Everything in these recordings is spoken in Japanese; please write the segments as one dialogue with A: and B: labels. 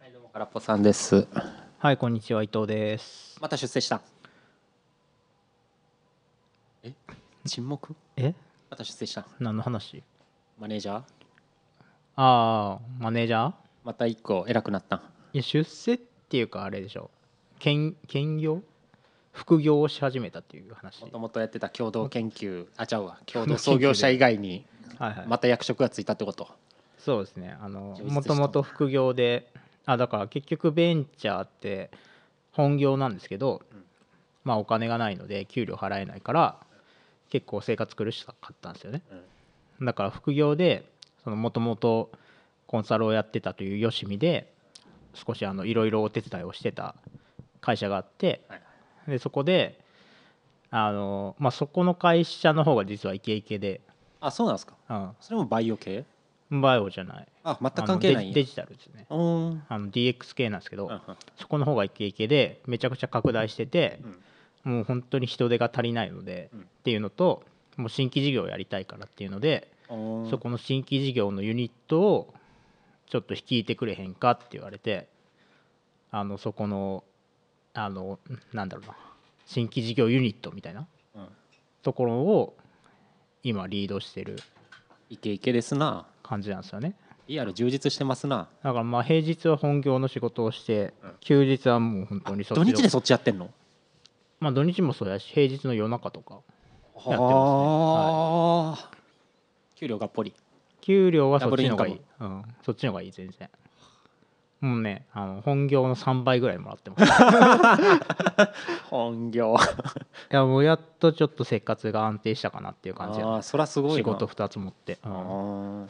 A: はい、どうも、空っぽさんです。
B: はい、こんにちは、伊藤です。
A: また出世した。え沈黙
B: え
A: また出世した。
B: 何の話
A: マネージャー
B: ああ、マネージャーい
A: また一個偉くなった。
B: や、出世っていうか、あれでしょ。兼兼業副業をし始めたっていう話。
A: も
B: はい
A: ともとやってた共同研究、あ、ちゃう わ。共同創業者以外に、
B: はい。
A: また役職がついたってこと。
B: そうですね。あの
A: 充実した
B: もともと副業で、あだから結局ベンチャーって本業なんですけど、まあお金がないので給料払えないから結構生活苦しかったんですよね。だから副業でそのもともとコンサルをやってたというよしみで少しあのいろいろお手伝いをしてた会社があって
A: はい
B: でそこであの、まあ、そこの会社の方が実はイケイケで、
A: あ、そうなんですか。
B: う
A: それもバイオ系
B: ん、バイオじゃない
A: あ、全く関係な
B: あ
A: い
B: の
A: ん
B: デ
A: や。
B: ジデジタルですね
A: うーん。
B: あの DX 系なんですけど、
A: うんうん
B: そこの方がイケイケでめちゃくちゃ拡大してて、もう本当に人手が足りないので、
A: うん
B: っていうのともう新規事業をやりたいからっていうので、
A: うん
B: そこの新規事業のユニットをちょっと率いてくれへんかって言われてあのそこのあのなんだろうな新規事業ユニットみたいな
A: うん
B: ところを今リードしてる
A: イケイケですな。
B: 感じなんですよね。
A: リアル充実してますな。
B: だからまあ平日は本業の仕事をして
A: うん
B: 休日はもう本当にそ
A: 土
B: っちの
A: 日でそっちやってんの
B: まあ土日もそうやし平日の夜中とか
A: は
B: ね
A: あ、給料がっぽり。
B: 給料はそっちの方が
A: ダブル
B: い
A: イ
B: い
A: ン、
B: うん、そっちの方がいい全然もうねあの本業の3倍ぐらいもらってますい
A: 本業。
B: やもうやっとちょっと生活が安定したかなっていう感じや
A: ああそらすごいな
B: 仕事2つ持って、
A: あ
B: うん
A: ー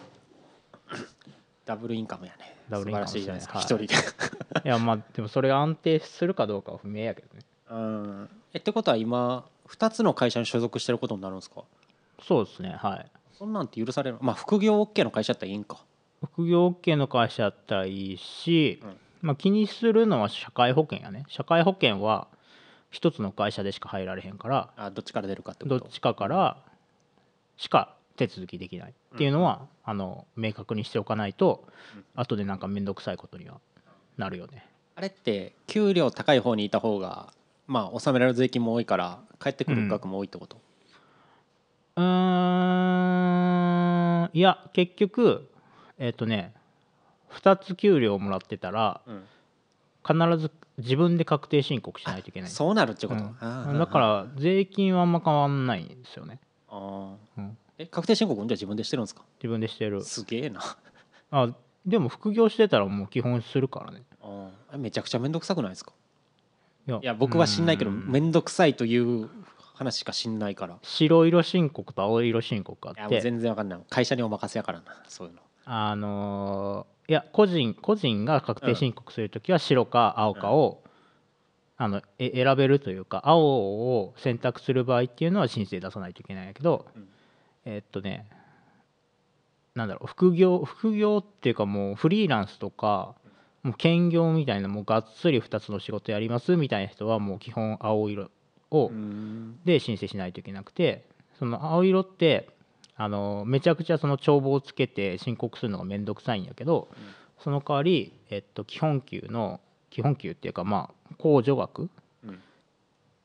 A: ダブルインカムやね
B: ダブルインカム
A: 素晴らしいじゃないですか
B: で
A: 一、
B: すねいやまあでもそれが安定するかどうかは不明やけどね
A: 人でうんえってことは今2つの会社に所属してることになるんですか
B: そうですねはい
A: そんなんて許されるまあ副業 OK の会社やったらいいんか
B: 副業 OK の会社だったらいいし、
A: うん
B: まあ、気にするのは社会保険やね社会保険は一つの会社でしか入られへんから
A: あどっちから出るかってこ
B: ど
A: と
B: っちかからしか手続きできないっていうのは、あの明確にしておかないと、後でなんか面倒くさいことにはなるよね
A: あれって給料高い方にいた方がまあ納められる税金も多いから返ってくる額も多いってこと、
B: うーんいや結局えっ、とね2つ給料もらってたら
A: うん
B: 必ず自分で確定申告しないといけない
A: そうなるってこと、
B: うん
A: あー
B: だから税金はあんま変わんないんですよね、
A: あー
B: うん、
A: え確定申告もじゃあ自分でしてるんですか
B: 自分でしてる
A: すげえな
B: あでも副業してたらもう基本するからね
A: あーめちゃくちゃ面倒くさくないですか
B: いや
A: いや僕は知んないけど
B: うん
A: 面倒くさいという話しか知んないから
B: 白色申告と青色申告が
A: い
B: あ
A: や
B: っ
A: もう
B: て
A: 全然わかんない会社にお任せやからなそういうの
B: あのーいや個人個人が確定申告するときは白か青かを、あのえ選べるというか青を選択する場合っていうのは申請出さないといけないんやけど、
A: うん
B: えっとねなんだろう副業副業っていうかもうフリーランスとかもう兼業みたいなもうがっつり2つの仕事やりますみたいな人はもう基本青色を、
A: うん
B: で申請しないといけなくてその青色ってあのめちゃくちゃその帳簿をつけて申告するのが面倒くさいんやけど、その代わり、えっと、基本給の基本給っていうかまあ控除額
A: うん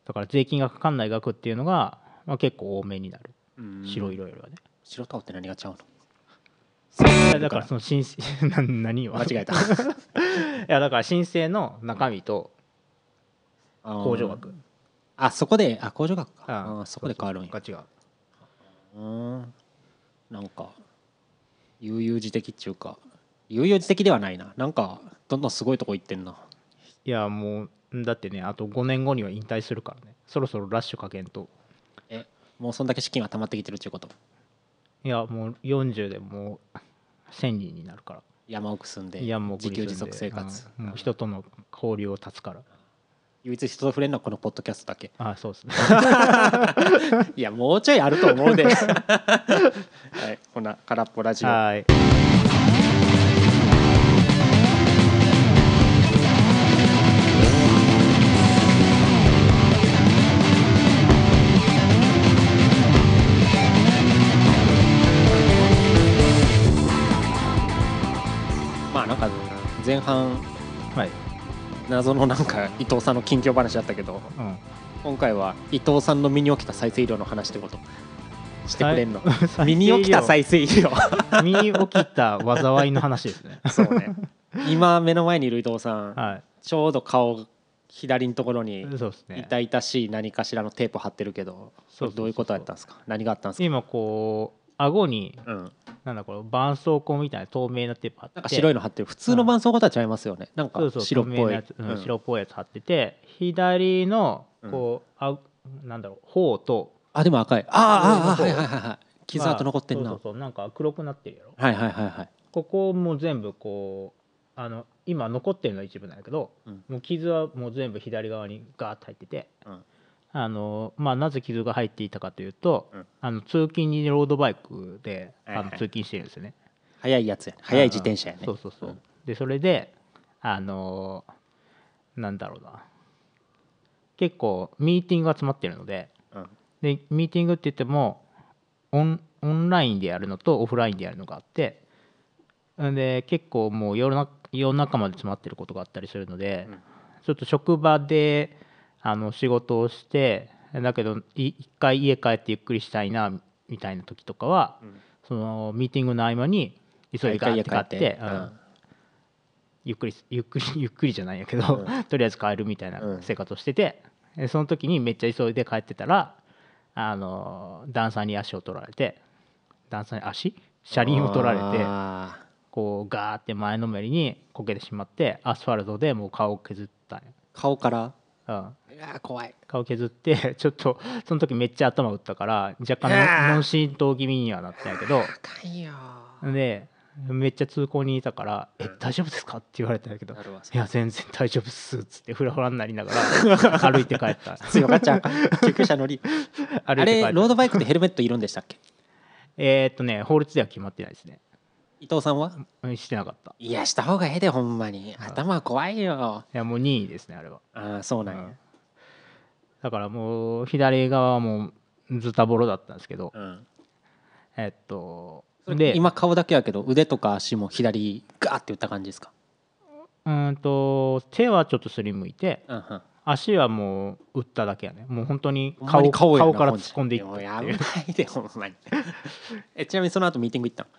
B: だから税金がかかんない額っていうのが、まあ、結構多めになる白色よりはね、
A: 白タオって何がちゃうの
B: いやだからその申請 な何を
A: 間違えた
B: いやだから申請の中身と控
A: 工
B: 除額
A: あそこであ工場額か
B: うん
A: あーそこで変わるんや
B: が違う
A: うんなんか悠々自適っちゅうか悠々自適ではないななんかどんどんすごいとこ行ってんない
B: やもうだってねあと5年後には引退するからねそろそろラッシュかけんと
A: えもうそんだけ資金が溜まってきてるっちゅうこと
B: いやもう40でもう1000人になるから
A: 山奥住んで
B: いやもう
A: 自給自足生活
B: うんもう人との交流を断つから
A: 唯一人と触れるのはこのポッドキャストだけ
B: あそ うですね
A: いやもうちょいあると思うで はいこんな空っぽラジオ
B: はい
A: まあなんか前半
B: はい、
A: 謎のなんか伊藤さんの近況話だったけど
B: うん、
A: 今回は伊藤さんの身に起きた再生量の話ってことしてくれんの
B: さい
A: 身に起きた再生量
B: 身に起きた災いの話ですね
A: そう ね今目の前にいる伊藤さん、
B: は
A: ちょうど顔左のところ
B: い
A: に
B: そうですね
A: 痛々しい何かしらのテープ貼ってるけどそ
B: そうそうそう
A: れどういうことだったんですか何があったんですか
B: 今こう顎に
A: うん、
B: なんだこれ絆創膏みたいな透明なテープ貼って
A: なんか白いの貼ってる普通の絆創膏とは違いますよねなんか
B: そうそう
A: 白っ
B: 透明
A: ぽ
B: ないやつうん
A: うん
B: 白っぽいやつ貼ってて左の
A: うん
B: こう、あなんだろう頬と
A: あでも赤いあーあーあーはいは
B: 上の方
A: いはいはい傷跡残ってんな、
B: まあそうそうそうなんか黒くなってるやろ
A: はいはいはいはい
B: ここも全部こうあの今残ってるのは一部なんだけど、
A: うん
B: もう傷はもう全部左側にガーッと入ってて、
A: うん
B: あのまあ、なぜ傷が入っていたかというと、
A: うん
B: あの通勤にロードバイクで
A: はいは
B: あ
A: い
B: の通勤してるんですよね、
A: 速いやつやね速い自転車やね
B: あのそうそうそう、
A: うん
B: でそれであのなんだろうな結構ミーティングが詰まってるので
A: うん
B: でミーティングって言ってもオンオンラインでやるのとオフラインでやるのがあってんで結構もう夜な夜中まで詰まってることがあったりするので、
A: うん
B: ちょっと職場であの仕事をしてだけどい一回家帰ってゆっくりしたいなみたいな時とかは、
A: ん
B: そのミーティングの合間に急いでガーって買っ
A: 一回家帰って
B: てうん
A: うん
B: ゆっくりゆっくり ゆっくりじゃないんやけど、
A: う
B: とりあえず帰るみたい
A: うん
B: な生活をしてて、でその時にめっちゃ急いで帰ってたらあの段差に足を取られて段差に足車輪を取られて
A: あ
B: こうガーって前のめりにこけてしまってアスファルトでもう顔を削ったん
A: ー顔から
B: や、うん、
A: うわー怖い
B: 顔削って ちょっとその時めっちゃ頭打ったから若
A: い
B: 干
A: やー
B: の脳震盪気味にはなったんやけど
A: 高いよ
B: でめっちゃ通行にいたから「え大丈夫ですか?」って言われたんやけど
A: なるわ
B: 「いや全然大丈夫っす」っつってフラフラになりなが ら歩いて帰った
A: 強かっち ゃう救急車乗りあ
B: 歩いて帰
A: れ
B: った
A: ロードバイクってヘルメットいるんでしたっけ
B: えーっとね法律では決まってないですね
A: 伊藤さんは
B: うんしてなかった
A: いやした方がええでほんまに頭怖いよ
B: いやもう任意ですねあれは
A: ああそうなん
B: う
A: や
B: んだからもう左側はもうズタボロだったんですけど
A: うん
B: えっと
A: それ
B: で
A: 今顔だけやけど腕とか足も左ガーって打った感じですか
B: うーんと手はちょっとすりむいて
A: うんうん
B: 足はもう打っただけやねもう本当に
A: ほんま
B: 顔
A: に
B: 顔
A: やな
B: から
A: ほん
B: 突っ
A: じ
B: 込んでいったっ
A: もう
B: て
A: やば
B: いう
A: いでほんまに えちなみにその後ミーティング行ったの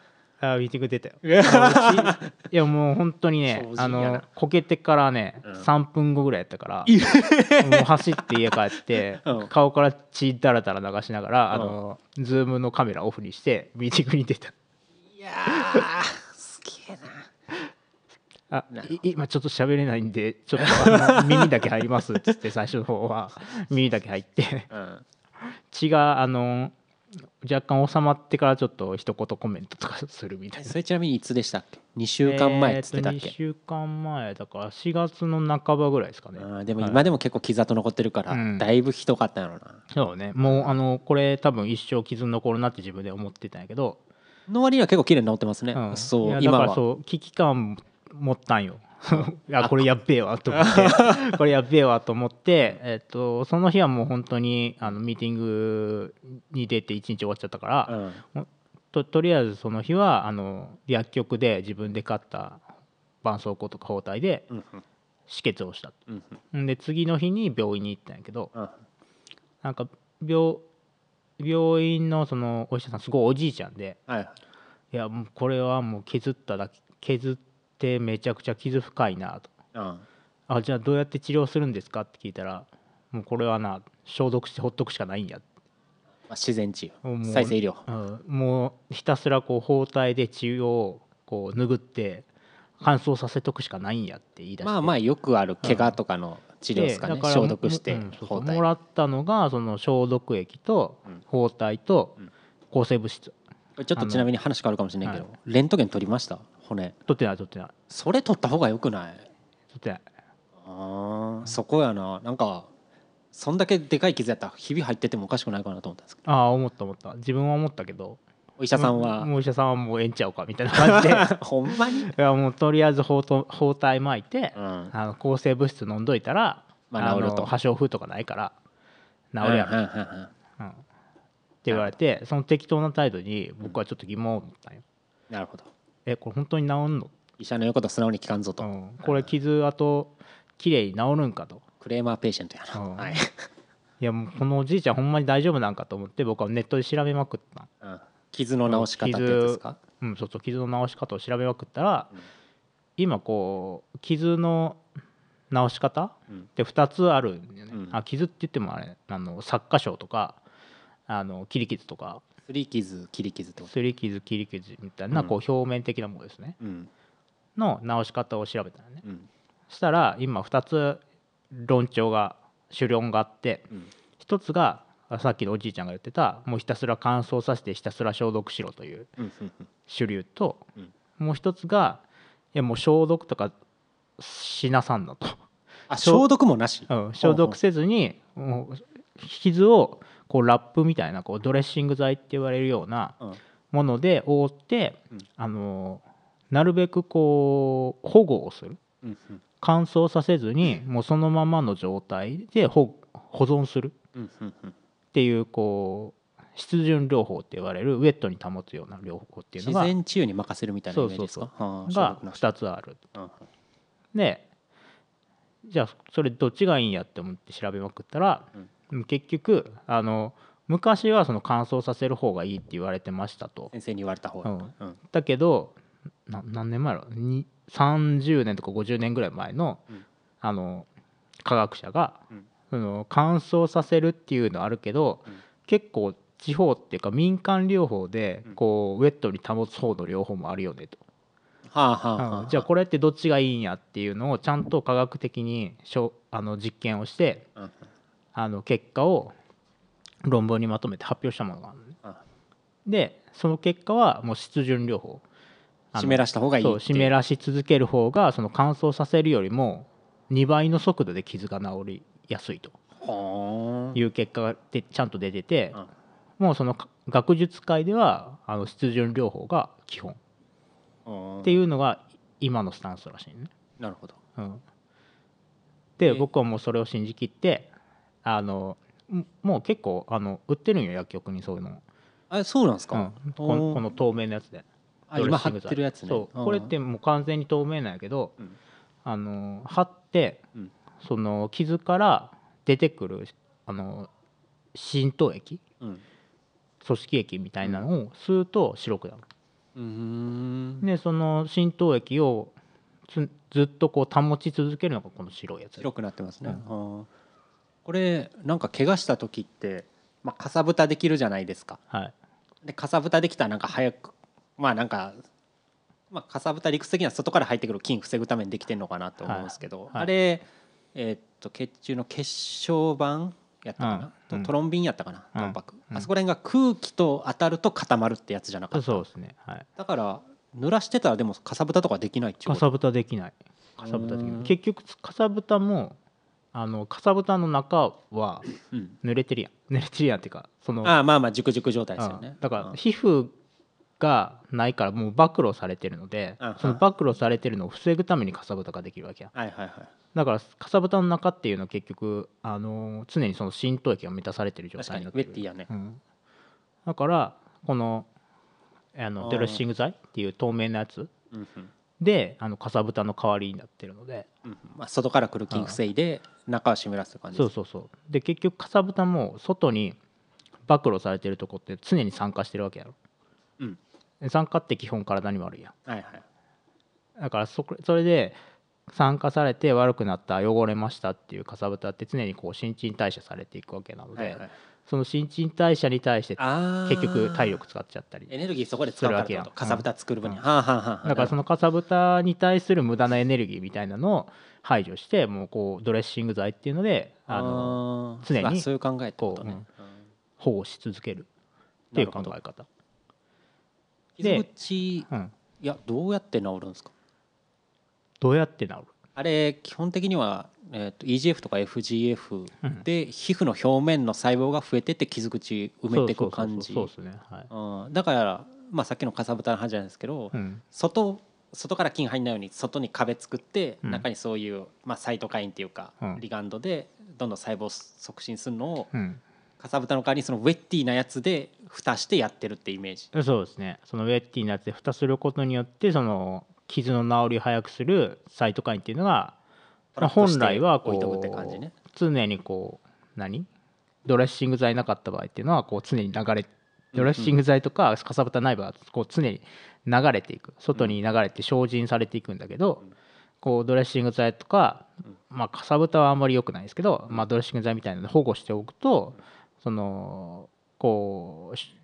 B: あーミーティング出たよ
A: う
B: あうちいやもう本当にね
A: 正
B: あ
A: 直やな
B: のこけてからね、
A: うん
B: 3分後ぐらいやったからもう走って家帰って、
A: うん
B: 顔から血だらだら流しながら、
A: うん
B: あのズームのカメラオフにしてミーティングに出た
A: いやーすげえな
B: あ
A: なるほ
B: い今ちょっと喋れないんでちょっとあの耳だけ入りますっ つって最初の方は耳だけ入って
A: うん
B: 血があの若干収まってからちょっと一言コメントとかするみたいな
A: それちなみにいつでしたっけ2週間前っつってたっ
B: えーと
A: け
B: 2、週間前だから4月の半ばぐらいですかね
A: あーでも今でも結構傷跡残ってるから、
B: うん
A: だいぶひどかったんやろうな
B: そうねもうあのこれ多分一生傷残るなって自分で思ってたんやけど、
A: の割には結構綺麗に治ってますね、
B: うん、い
A: そう
B: やだ
A: 今
B: か
A: は
B: らそう危機感持ったんよ あこれやっべえわと思って これやっべえわと思って、えっとその日はもう本当にあのミーティングに出て一日終わっちゃったから、
A: うん
B: ととりあえずその日はあの薬局で自分で買った絆創膏とか包帯で
A: うんうん
B: 止血をした
A: うん
B: んで次の日に病院に行ったんやけど
A: うん
B: なんか病病院のそのお医者さんすごいおじいちゃんで
A: はい
B: いやもうこれはもう削っただけ削ってめちゃくちゃ傷深いなと
A: うん
B: あじゃあどうやって治療するんですかって聞いたらもうこれはな消毒してほっとくしかないんや、
A: まあ、自然治
B: も
A: 癒
B: う
A: 再生医療
B: うん、もうひたすらこう包帯で血をこう拭って乾燥させとくしかないんやって言い出して
A: まあまあよくある怪我とかの治療ですかね、
B: でだら
A: 消毒して
B: もうんそうそ
A: 包
B: う
A: 帯、
B: もらったのがその消毒液と
A: うん
B: 包帯と
A: うん
B: 抗生物質
A: ちょっとちなみに話変わるかもしれないけど、
B: は
A: レントゲン取りました骨
B: 取ってない取ってない
A: それ取った方がよくない
B: 取ってない
A: あーそこやななんかそんだけでかい傷やったらひび入っててもおかしくないかなと思ったんですけど
B: ああ思った思った自分は思ったけど
A: お医者さんは、
B: もうお医者さんはもうええんちゃうかみたいな感 じでい
A: ほんまに、
B: やもうとりあえず包と包帯巻いて、
A: うん、
B: あの抗生物質飲んどいたら、
A: まあ治ると
B: の破傷風とかないから治るやろ、
A: うんうんうんうん
B: うんって言われてその適当な態度に僕はちょっと疑問を持ったんよ、
A: なるほど
B: えこれ本当に治んの
A: 医者の言うことは素直に聞かんぞと、
B: うんこれ傷跡きれいに治るんかと
A: クレーマーペーシェントやな、
B: うん
A: はい、
B: いやもうこのおじいちゃんほんまに大丈夫なんかと思って僕はネットで調べまくった
A: うん、傷の治し方ってやつですか、
B: うんそうそう傷の治し方を調べまくったら、
A: うん
B: 今こう傷の治し方
A: うん
B: って2つあるんだよね、
A: うん
B: あ傷って言ってもあれあの擦過傷とかあの切り傷とか
A: すり傷切り傷ってこと、
B: すり傷切り傷みたいな、
A: うん
B: こう表面的なものですね
A: うん
B: の治し方を調べたのね
A: うん
B: そしたら今2つ論調が主論があって
A: うん
B: 1つがさっきのおじいちゃんが言ってたもうひたすら乾燥させてひたすら消毒しろという
A: うんうんうん
B: 主流と、
A: うん
B: もう一つがいやもう消毒とかしなさんだと、
A: あ消毒もなし、
B: うん、消毒せずにもう傷をこうラップみたいなこうドレッシング剤って言われるような
A: うん
B: もので覆って、
A: うん
B: あのなるべくこう保護をする
A: うんうん
B: 乾燥させず にもうそのままの状態で保保存する
A: うんうんうん
B: っていうこう湿潤療法って言われるウェットに保つような療法っていう
A: 自
B: のが
A: 然治癒に任せるみたいなイメージですかはあ消
B: が
A: 毒なし
B: 2つある
A: うん
B: でじゃあそれどっちがいいんやって思って調べまくったら
A: うん、
B: 結局あの昔はその乾燥させる方がいいって言われてましたと
A: 先生に言われた方が
B: うん
A: うん
B: だけどな何年前だろうに30年とか50年ぐらい前の,、
A: うん
B: あの科学者が、
A: うん
B: その乾燥させるっていうのあるけど、
A: うん
B: 結構地方っていうか民間療法で
A: うん
B: こう、ウェットに保つ方の療法もあるよねと
A: はあはあは
B: うんじゃあこれってどっちがいいんやっていうのをちゃんと科学的にしょあの実験をして
A: あうん
B: あの結果を論文にまとめて発表したものがあるのね
A: あ
B: でその結果はもう湿潤療法あの
A: 湿らした方がいい
B: そう
A: って
B: 湿らし続ける方がその乾燥させるよりも2倍の速度で傷が治りやすいと
A: ほーん
B: いう結果がでちゃんと出てて
A: うん
B: もうそのか学術界ではあの湿潤療法が基本
A: うん
B: っていうのが今のスタンスらしいね。
A: なるほど
B: うん、で
A: え
B: 僕はもうそれを信じ切ってあのももう結構あの売ってるんよ薬局にそういうの、
A: あそうなんです
B: う
A: か
B: ん、このこの透明のやつで
A: あ
B: ドレ
A: 今
B: ッシ
A: 貼
B: ング
A: っ
B: 剤
A: てるやつね
B: そうこれってもう完全に透明なんやけど、
A: うん
B: あの貼って、
A: うん
B: その傷から出てくるあの浸透液
A: うん
B: 組織液みたいなのを吸うと白くなる、
A: うーん
B: でその浸透液をつずっとこう保ち続けるのがこの白いやつ
A: 白くなってますね、
B: う
A: はあこれなんか怪我した時って、まあ、かさぶたできるじゃないですか
B: はい
A: でかさぶたできたらなんか早くまあなんか、まあ、かさぶた理屈的には外から入ってくる菌防ぐためにできてるのかなと思うんですけど、
B: はいはい
A: あれ、えーっと血中の血小板やったかな、
B: うん
A: とトロンビンやったかな、
B: うん
A: タンパク、
B: うん
A: あそこら辺が空気と当たると固まるってやつじゃなかった
B: そうですねはい
A: だから濡らしてたらでもかさぶたとかできないっていう
B: か
A: こと
B: さぶたできないかさぶたでき
A: う
B: なんい結局つかさぶたもあのかさぶたの中は
A: うん
B: 濡れてるやん濡 れてるやんっていうかその
A: ああまあまあ熟熟状態ですよ
B: う
A: ね
B: んだか
A: う
B: ら
A: ん
B: 皮膚がないからもう暴露されてるので
A: うん
B: その暴露されてるのを防ぐためにかさぶたができるわけや
A: はいはいはい
B: だからかさぶたの中っていうのは結局あの常にその浸透液が満たされてる状
A: 確か
B: 態に
A: にウ
B: な
A: ェ
B: って
A: ッテ
B: る
A: ィやね、
B: うんだからこのあのドレッシング剤っていう透明なやつ
A: うんうん
B: であのかさぶたの代わりになってるので
A: うんまあ、外から来る菌防いで中は湿らす感じ
B: そ
A: で
B: う
A: す
B: そうそうで結局かさぶたも外に暴露されてるとこって常に酸化してるわけやろ
A: うん
B: で酸化って基本体に悪いや
A: はいはい
B: んだからそこそれで酸化されて悪くなった汚れましたっていうかさぶたって常にこう新陳代謝されていくわけなので、
A: はいはい
B: その新陳代謝に対して
A: あー
B: 結局体力使っちゃったり
A: エネルギーそこで使うからっ
B: す
A: て
B: るわ
A: こと
B: けやん
A: かさぶた作る分に、
B: うん
A: はあはあはあ
B: だからそのかさぶたに対する無駄なエネルギーみたいなのを排除してもうこうドレッシング剤っていうのであの
A: の
B: 常に
A: そういう考えってことね、
B: こ
A: うん
B: 保護し続けるっていう考
A: なる
B: え方、
A: 傷
B: で
A: 口い
B: うん、
A: やどうやって治るんですか
B: どうやって治る
A: あれ基本的には、えー、と EGF とか FGF で皮膚の表面の細胞が増えてって傷口埋めていく感じ
B: そうそうそうそうですねはい、
A: うんだから、まあ、さっきのかさぶたの話じゃないですけど、
B: うん
A: 外外から菌入んないように外に壁作って、
B: うん
A: 中にそういう、まあ、サイトカインっていうか、
B: うん
A: リガンドでどんどん細胞を促進するのを
B: うん
A: かさぶたの代わりにそのウェッティなやつで蓋してやってるってイメージ
B: そうですねそのウェッティなやつで蓋することによってその傷の治りを早くするサイトカインっていうのが、
A: プ
B: ま
A: ラ
B: あ、
A: ッとして
B: 本来はこ
A: 置いとくって感じね
B: う常にこう何ドレッシング剤なかった場合っていうのはこう常に流れドレッシング剤とかかさぶたない場合はこう常に流れていく外に流れて精進されていくんだけどこうドレッシング剤とかまあかさぶたはあんまり良くないですけどまあドレッシング剤みたいなので保護しておくとそのこうし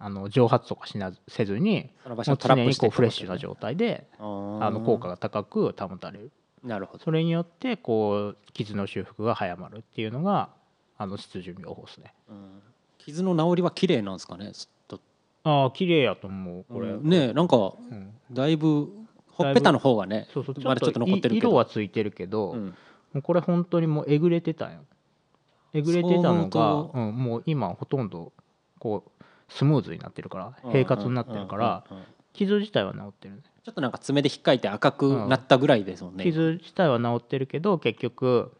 B: あの蒸発とかしなせずに
A: その場所
B: も
A: を
B: う
A: トラ
B: 常
A: ップ
B: に
A: してっ
B: こ
A: てこ
B: うフ
A: と
B: レ
A: ね
B: ッシュな状態で
A: あー
B: あの効果が高く保たれる
A: なるほど
B: それによってこう傷の修復が早まるっていうのがあの湿潤療法ですね
A: うん傷の治りは綺麗なんですかねずっと
B: ああ綺麗やと思うこれ、
A: うんねえなんか
B: うん
A: だいぶほっぺたの方はね
B: そうそうちょ
A: ま
B: っ
A: だ
B: と
A: ちょっと残ってる
B: い
A: けど
B: 色はついてるけど、
A: う
B: も
A: ん
B: うこれ本当にもうえぐれてたよえぐれてたのが
A: そう思う、と
B: うん、もう今ほとんどこうスムーズになってるから平滑になってるから
A: うんうんうんうん
B: 傷自体は治ってるね
A: ちょっとなんか爪で引っかいて赤くなったぐらいですもんね
B: 傷自体は治ってるけど結局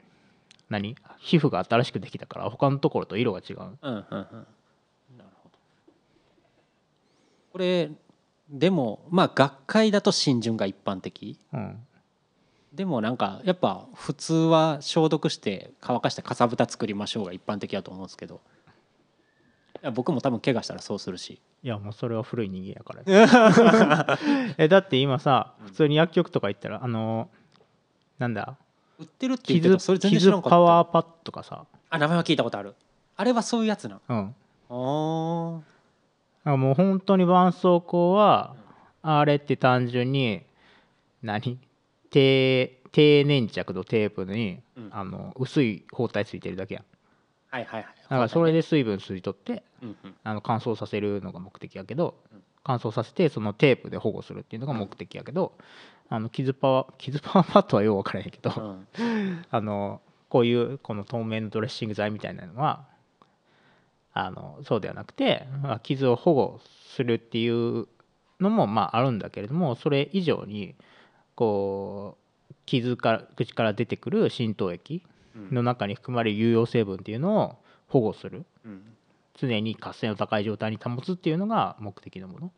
B: 何皮膚が新しくできたから他のところと色が違う
A: うんうんうんなるほどこれでもまあ学会だと浸潤が一般的
B: うん
A: でもなんかやっぱ普通は消毒して乾かしてかさぶた作りましょうが一般的だと思うんですけどいや僕も多分怪我したらそうするし
B: いやもうそれは古い人間やから えだって今さ普通に薬局とか行ったらあのなんだ
A: 売ってるって言って
B: 傷
A: たそれ全然知ら
B: 傷
A: んか
B: パワー
A: っ
B: パッドとかさ
A: たあ名前は聞いたことあるあれはそういうやつなん
B: うん
A: あー
B: なんかもう本当に絆創膏はあれって単純に何低低粘着のテープに、
A: うん
B: あの薄い包帯ついてるだけやん
A: はいはいはい
B: だからそれで水分吸い取って
A: うんうん
B: あの乾燥させるのが目的やけど
A: うん
B: 乾燥させてそのテープで保護するっていうのが目的やけど、あの傷パワー傷パワーパッドはよう分からへんけど、
A: うん
B: あのこういうこの透明のドレッシング剤みたいなのはあのそうではなくて、まあ傷を保護するっていうのもまああるんだけれどもそれ以上にこう傷から口から出てくる浸透液
A: うん
B: の中に含まれる有用成分っていうのを保護する
A: うん
B: 常に活性の高い状態に保つっていうのが目的のもの。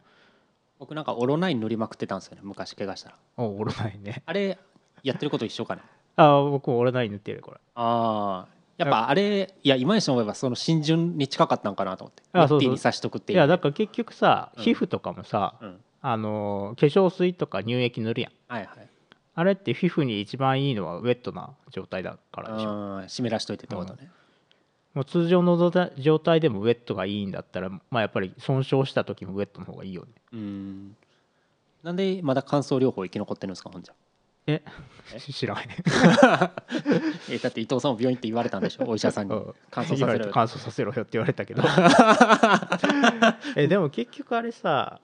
A: 僕なんかオロナイン塗りまくってたんですよね昔怪我したら
B: おオロナインね。
A: あれやってること一 緒かな
B: あ僕オロナイン塗ってるこれ。
A: ああやっぱあれいや今にして思えばその浸潤に近かったのかなと思って
B: あ
A: ラッ
B: そう
A: テ
B: そ
A: ィ
B: う
A: に刺しとくって
B: い
A: いう
B: やだから結局さ
A: うん
B: 皮膚とかもさ、
A: うん
B: あの化粧水とか乳液塗るやん
A: はいはい
B: あれって皮膚に一番いいのはウェットな状態だからでしょ
A: うん湿らしといてってことね
B: もう通常の状態状態でもウェットがいいんだったら、まあ、やっぱり損傷した時もウェットの方がいいよね
A: うんなんでまだ乾燥療法生き残ってるんですかほん じゃ
B: え知らんね
A: えだって伊藤さんも病院って言われたんでしょお医者さ んに
B: うん
A: 乾燥
B: 言
A: さ
B: わ
A: せ
B: れて
A: る
B: 乾燥させろよって言われたけ どえでも結局あれさ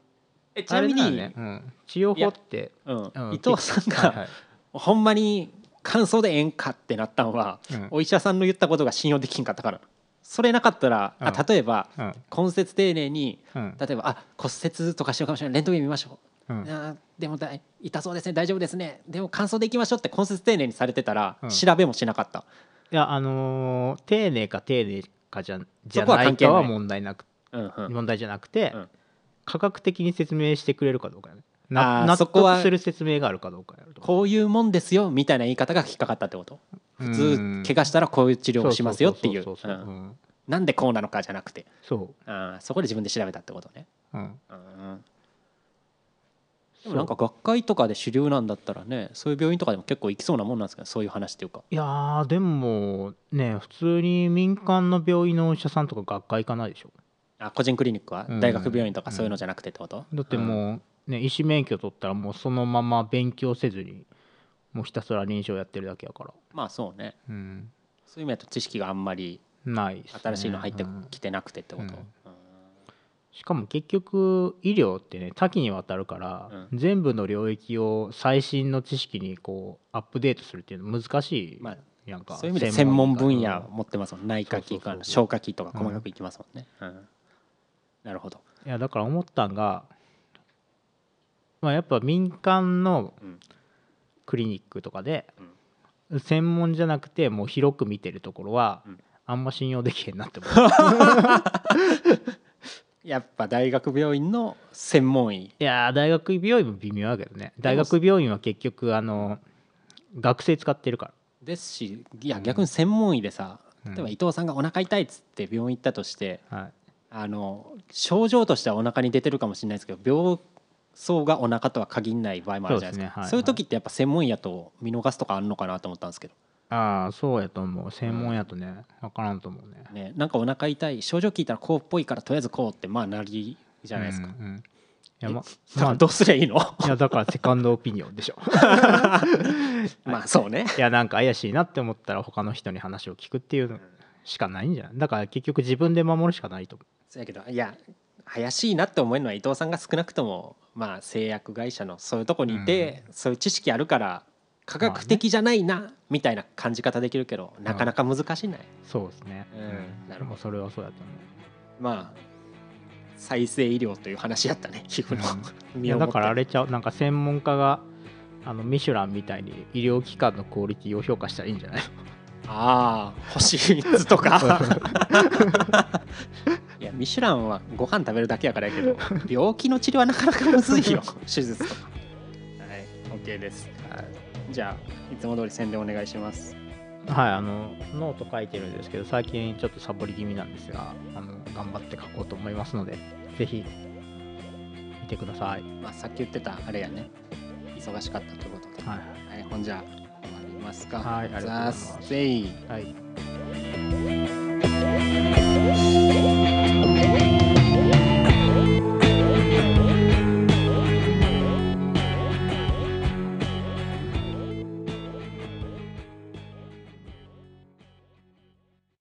A: えちなみ
B: あれ
A: に、
B: だねうん、治療法って、
A: うん
B: うん
A: 伊藤さんが、
B: はいはい
A: ほんまに乾燥でええんかってなったのは、
B: うん
A: お医者さんの言ったことが信用できんかったからそれなかったら、あ
B: うん
A: 例えば
B: うん
A: 根節丁寧に
B: うん
A: 例えばあ骨折とかしようかもしれないレントゲン見ましょ
B: う
A: う、
B: ん
A: あーでもだい痛そうですね大丈夫ですねでも乾燥でいきましょうって根節丁寧にされてたら、
B: うん
A: 調べもしなかった、
B: いやあのー丁寧か丁寧かじゃじゃ
A: そこは
B: ない
A: 関係な
B: か
A: い
B: は問題なく
A: うんうん
B: 問題じゃなくて、
A: うん
B: 科学的に説明してくれるかどうかやね
A: あー
B: な納
A: そこは
B: 得する説明があるかどうかやると
A: こういうもんですよみたいな言い方が引っかかったってこと普
B: うん
A: 通怪我したらこういう治療をしますよっていう
B: そうそうそうそう
A: う
B: うんん
A: なんでこうなのかじゃなくて
B: そ
A: あーそこで自分で調べたってことね
B: ううん
A: うんでもなんか学会とかで主流なんだったらねそういう病院とかでも結構行きそうなもんなんですけどそういう話っていうか
B: いやーでもね普通に民間の病院のお医者さんとか学会行かないでしょ
A: あ個人クリニックは
B: うん
A: 大学病院とかそういうのじゃなくてってこと、
B: だって
A: うん
B: もう、ね、医師免許取ったらもうそのまま勉強せずにもうひたすら臨床やってるだけやから、
A: まあそうね
B: うん、
A: そういう意味だと知識があんまり
B: ないっすね
A: 新しいの入って
B: うん
A: きてなくてってこと、
B: うんしかも結局医療ってね多岐にわたるから、
A: う
B: 全部の領域を最新の知識にこうアップデートするっていうのは難しい、
A: まあ
B: なんか
A: そういう意味で専門分
B: 医
A: 野
B: か
A: 持ってますもん内科
B: そ
A: 器
B: うそうそうそう
A: 消化器とか細かくいきますもんね、うんなるほど、
B: いやだから思ったんが、まあ、やっぱ民間の
A: うん
B: クリニックとかで、専門じゃなくてもう広く見てるところは、
A: うん
B: あんま信用できへんなって思う
A: やっぱ大学病院の専門医
B: いやー大学病院も微妙だけどね大学病院は結局あの学生使ってるから
A: ですしいや逆に専門医でさ例えば伊藤さんがお腹痛いっつって病院行ったとして
B: はい、
A: あの症状としてはお腹に出てるかもしれないですけど病巣がお腹とは限らない場合もあるじゃないですか
B: そうですねはい
A: そういう時ってやっぱ専門医やと見逃すとかあるのかなと思ったんですけど、
B: ああそうやと思う専門やとね分からんと思うね
A: ね、なんかお腹痛い症状聞いたらこうっぽいからとりあえずこうってまあなりじゃないですか,、
B: うんうんいやま
A: だからどうすりゃいいの
B: いやだからセカンドオピニオ ンでしょ
A: まあそうね
B: いやなんか怪しいなって思ったら他の人に話を聞くっていうのしかないんじゃないだから結局自分で守るしかないと思
A: そうやけどいや怪しいなって思えるのは伊藤さんが少なくとも、まあ、製薬会社のそういうとこにいて、そういう知識あるから科学的じゃないな、みたいな感じ方できるけどなかなか難しいない、
B: うそうですね、
A: うんなるほど
B: それはそうやと思う
A: まあ再生医療という話やったね皮膚の
B: い
A: 身
B: や
A: をも
B: だ
A: って
B: からあれちゃうなんか専門家があのミシュランみたいに医療機関のクオリティを評価したらいいんじゃない
A: ああ星3つと かいやミシュランはご飯食べるだけやからやけ ど病気の治療はなかなかむずい よ手術とかはい OK です、じゃあいつも通り宣伝お願いします
B: はいあのノート書いてるんですけど最近ちょっとサボり気味なんですがあの頑張って書こうと思いますのでぜひ見てください、
A: まあさっき言ってたあれやね忙しかったということで、
B: はい
A: はい、ほんじゃあ終わりますか
B: はいありがとうございます
A: ザーステイ
B: はい